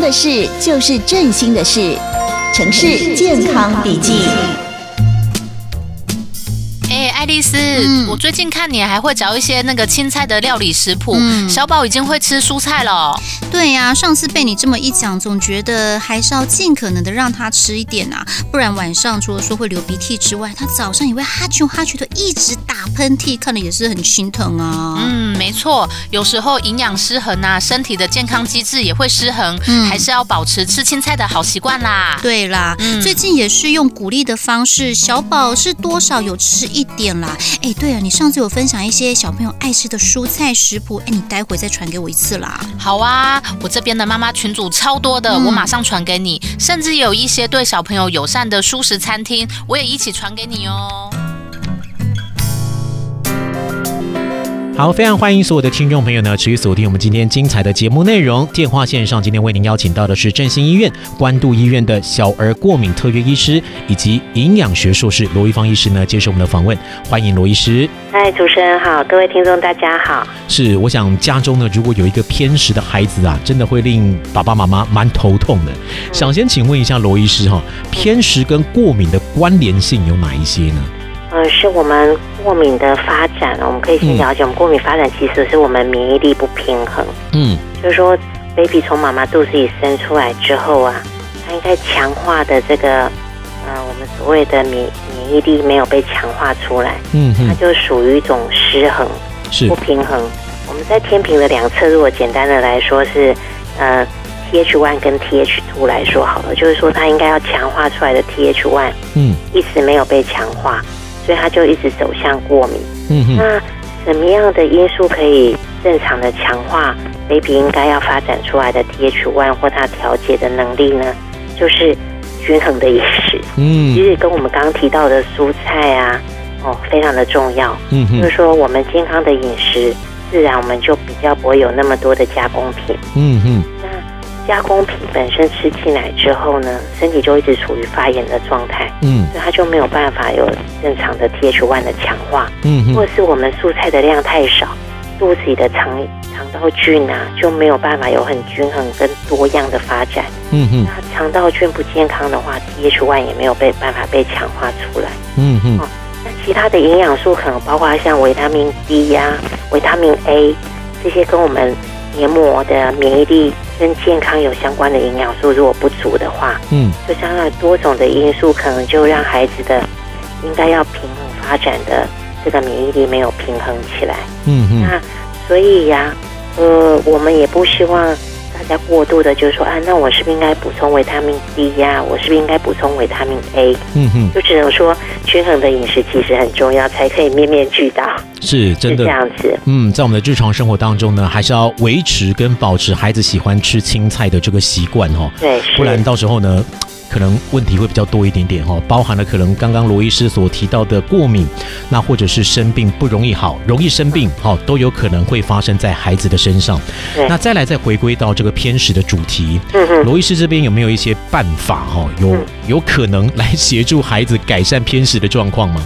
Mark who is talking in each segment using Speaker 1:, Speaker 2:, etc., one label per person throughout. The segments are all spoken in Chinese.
Speaker 1: 的事就是振兴的事，城市健康笔记。
Speaker 2: 哎，爱丽丝，
Speaker 3: 嗯
Speaker 2: 我最近看你还会找一些那个青菜的料理食谱，
Speaker 3: 嗯
Speaker 2: 小宝已经会吃蔬菜了哦。
Speaker 3: 对呀、上次被你这么一讲，总觉得还是要尽可能的让他吃一点啊，不然晚上除了说会流鼻涕之外，他早上也会哈啾哈啾的一直打喷嚏，看了也是很心疼啊。
Speaker 2: 嗯，没错，有时候营养失衡啊，身体的健康机制也会失衡，
Speaker 3: 嗯
Speaker 2: 还是要保持吃青菜的好习惯啦。
Speaker 3: 对啦，
Speaker 2: 嗯
Speaker 3: 最近也是用鼓励的方式，小宝是多少有吃一点啦。哎，对啊，你上次有分享一些小朋友爱吃的蔬菜食谱，哎，你待会再传给我一次啦。
Speaker 2: 好啊，我这边的妈妈群组超多的，
Speaker 3: 嗯
Speaker 2: 我马上传给你，甚至有一些对小朋友友善的舒适餐厅，我也一起传给你哦。
Speaker 4: 好，非常欢迎所有的听众朋友呢，持续锁定我们今天精彩的节目内容。电话线上今天为您邀请到的是振兴医院关渡医院的小儿过敏特约医师以及营养学硕士罗一芳医师呢，接受我们的访问。欢迎罗医师。
Speaker 5: 嗨，主持人好，各位听众大家好。
Speaker 4: 是，我想家中呢，如果有一个偏食的孩子啊，真的会令爸爸妈妈蛮头痛的。想先请问一下罗医师哈、偏食跟过敏的关联性有哪一些呢？
Speaker 5: 呃，是我们过敏的发展，我们可以先
Speaker 4: 嗯
Speaker 5: 了解，我们过敏发展其实是我们免疫力不平衡，
Speaker 4: 嗯，
Speaker 5: 就是说，baby 从妈妈肚子里生出来之后啊，它应该强化的这个，呃，我们所谓的免免疫力没有被强化出来，
Speaker 4: 嗯
Speaker 5: 它
Speaker 4: 哼，
Speaker 5: 就属于一种失衡、
Speaker 4: 是
Speaker 5: 不，平衡。我们在天平的两侧，如果简单的来说是，呃，TH one 跟 TH two 来说好了，就是说它应该要强化出来的 TH one。
Speaker 4: 嗯
Speaker 5: 一直没有被强化，所以它就一直走向过敏。
Speaker 4: 嗯哼，
Speaker 5: 那什么样的因素可以正常的强化 baby 应该要发展出来的 TH1 或它调节的能力呢？就是均衡的饮食，其
Speaker 4: 嗯
Speaker 5: 实跟我们刚刚提到的蔬菜啊，哦，非常的重要。
Speaker 4: 嗯
Speaker 5: 就
Speaker 4: 哼，
Speaker 5: 是说，我们健康的饮食，自然我们就比较不会有那么多的加工品。
Speaker 4: 嗯哼，
Speaker 5: 那加工品本身吃进来之后呢，身体就一直处于发炎的状态。
Speaker 4: 嗯
Speaker 5: 所以它就没有办法有正常的 TH1 的强化，
Speaker 4: 嗯哼
Speaker 5: 或，是我们蔬菜的量太少，肚子里的肠肠道菌啊就没有办法有很均衡跟多样的发展。
Speaker 4: 嗯哼，
Speaker 5: 那肠道菌不健康的话，TH1 也没有被办法被强化出来。
Speaker 4: 嗯哼，
Speaker 5: 那其他的营养素可能包括像维他命 D 呀、维他命 A 这些跟我们黏膜的免疫力跟健康有相关的营养素，如果不足的话，
Speaker 4: 嗯
Speaker 5: 就伤害多种的因素，可能就让孩子的应该要平衡发展的这个免疫力没有平衡起来。
Speaker 4: 嗯哼，
Speaker 5: 那所以呀、呃，我们也不希望大家过度的就说啊，那我是不是应该补充维他命 D 呀、我是不是应该补充维他命 A？
Speaker 4: 嗯哼，
Speaker 5: 就只能说均衡的饮食其实很重要，才可以面面俱到，
Speaker 4: 是真
Speaker 5: 是这
Speaker 4: 的。
Speaker 5: 样子。
Speaker 4: 嗯，在我们的日常生活当中呢，还是要维持跟保持孩子喜欢吃青菜的这个习惯哦。
Speaker 5: 对，是
Speaker 4: 不然到时候呢，可能问题会比较多一点点哦，包含了可能刚刚罗医师所提到的过敏，那或者是生病不容易好，容易生病哦，都有可能会发生在孩子的身上
Speaker 5: 对。
Speaker 4: 那再来再回归到这个偏食的主题，
Speaker 5: 嗯哼。
Speaker 4: 罗医师这边有没有一些办法哦，有
Speaker 5: 嗯
Speaker 4: 有可能来协助孩子改善偏食的状况吗？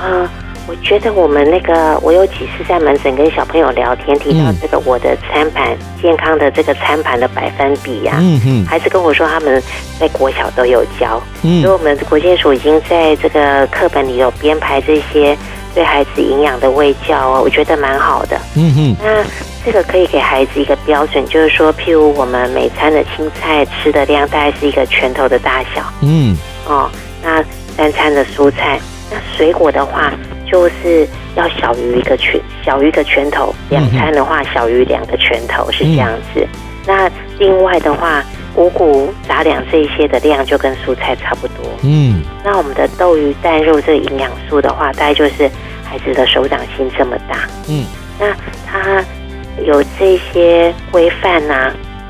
Speaker 5: 呃，我觉得我们那个，我有几次在门诊跟小朋友聊天，提到
Speaker 4: 嗯
Speaker 5: 这个我的餐盘、健康的这个餐盘的百分比呀、
Speaker 4: 嗯哼，
Speaker 5: 孩子跟我说他们在国小都有教，所以
Speaker 4: 嗯
Speaker 5: 我们国健署已经在这个课本里有编排这些对孩子营养的喂教哦，我觉得蛮好的。
Speaker 4: 嗯哼，
Speaker 5: 那这个可以给孩子一个标准，就是说，譬如我们每餐的青菜吃的量大概是一个拳头的大小。
Speaker 4: 嗯
Speaker 5: 哦，那三餐的蔬菜，那水果的话就是要小于一个拳，小于一个拳头，两餐的话小于两个拳头是这样子。那另外的话，五谷杂粮这一些的量就跟蔬菜差不多。
Speaker 4: 嗯
Speaker 5: 那我们的豆鱼蛋肉这个营养素的话，大概就是孩子的手掌心这么大。
Speaker 4: 嗯
Speaker 5: 那它有这些规范呐、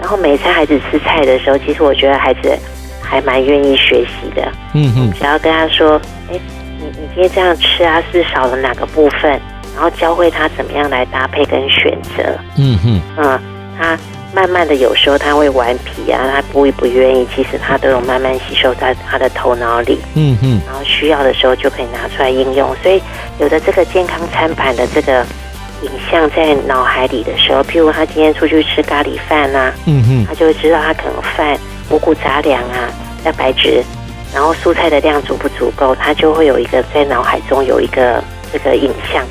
Speaker 5: 然后每餐孩子吃菜的时候，其实我觉得孩子还蛮愿意学习的。
Speaker 4: 嗯哼，
Speaker 5: 只要跟他说，哎，你你今天这样吃啊，是少了哪个部分，然后教会他怎么样来搭配跟选择，
Speaker 4: 嗯哼，
Speaker 5: 嗯，他慢慢的有时候他会顽皮啊，他不不愿意，其实他都有慢慢吸收在他的头脑里，
Speaker 4: 嗯哼，
Speaker 5: 然后需要的时候就可以拿出来应用，所以有的这个健康餐盘的这个影像在脑海里的时候，譬如他今天出去吃咖喱饭啊，
Speaker 4: 嗯哼，
Speaker 5: 他就会知道他可能饭、五谷杂粮啊、蛋白质，然后蔬菜的量足不足够，他就会有一个在脑海中有一个这个影像，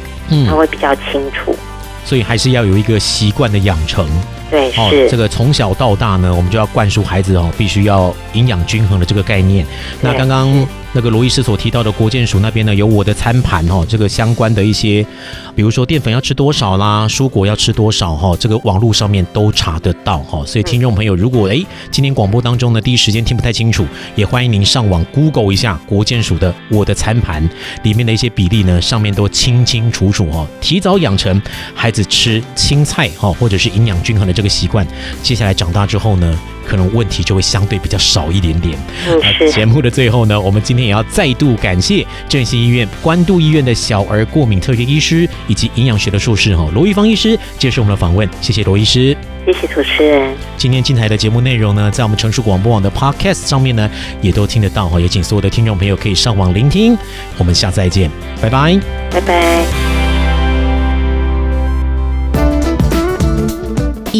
Speaker 5: 他
Speaker 4: 嗯，
Speaker 5: 会比较清楚。
Speaker 4: 所以还是要有一个习惯的养成
Speaker 5: 对，
Speaker 4: 哦。
Speaker 5: 是
Speaker 4: 这个从小到大呢，我们就要灌输孩子哦，必须要营养均衡的这个概念。那
Speaker 5: 对
Speaker 4: 刚刚那个罗医师所提到的国健署那边呢，有我的餐盘哦，这个相关的一些，比如说淀粉要吃多少啦，蔬果要吃多少哈、哦，这个网络上面都查得到哈、哦。所以听众朋友，如果诶今天广播当中呢第一时间听不太清楚，也欢迎您上网 Google 一下国健署的我的餐盘里面的一些比例呢，上面都清清楚楚哦。提早养成孩子吃青菜哈、哦，或者是营养均衡的这个习惯，接下来长大之后呢，可能问题就会相对比较少一点点。
Speaker 5: 嗯
Speaker 4: 那
Speaker 5: 是
Speaker 4: 节目的最后呢，我们今天也要再度感谢振兴医院关渡医院的小儿过敏特约医师以及营养学的硕士哈罗玉芳医师接受我们的访问，谢谢罗医师。
Speaker 5: 谢谢主持人。
Speaker 4: 今天精彩的节目内容呢，在我们城市广播网的 Podcast 上面呢，也都听得到哦哈，也请所有的听众朋友可以上网聆听。我们下次再见，拜拜。
Speaker 5: 拜拜。
Speaker 1: 以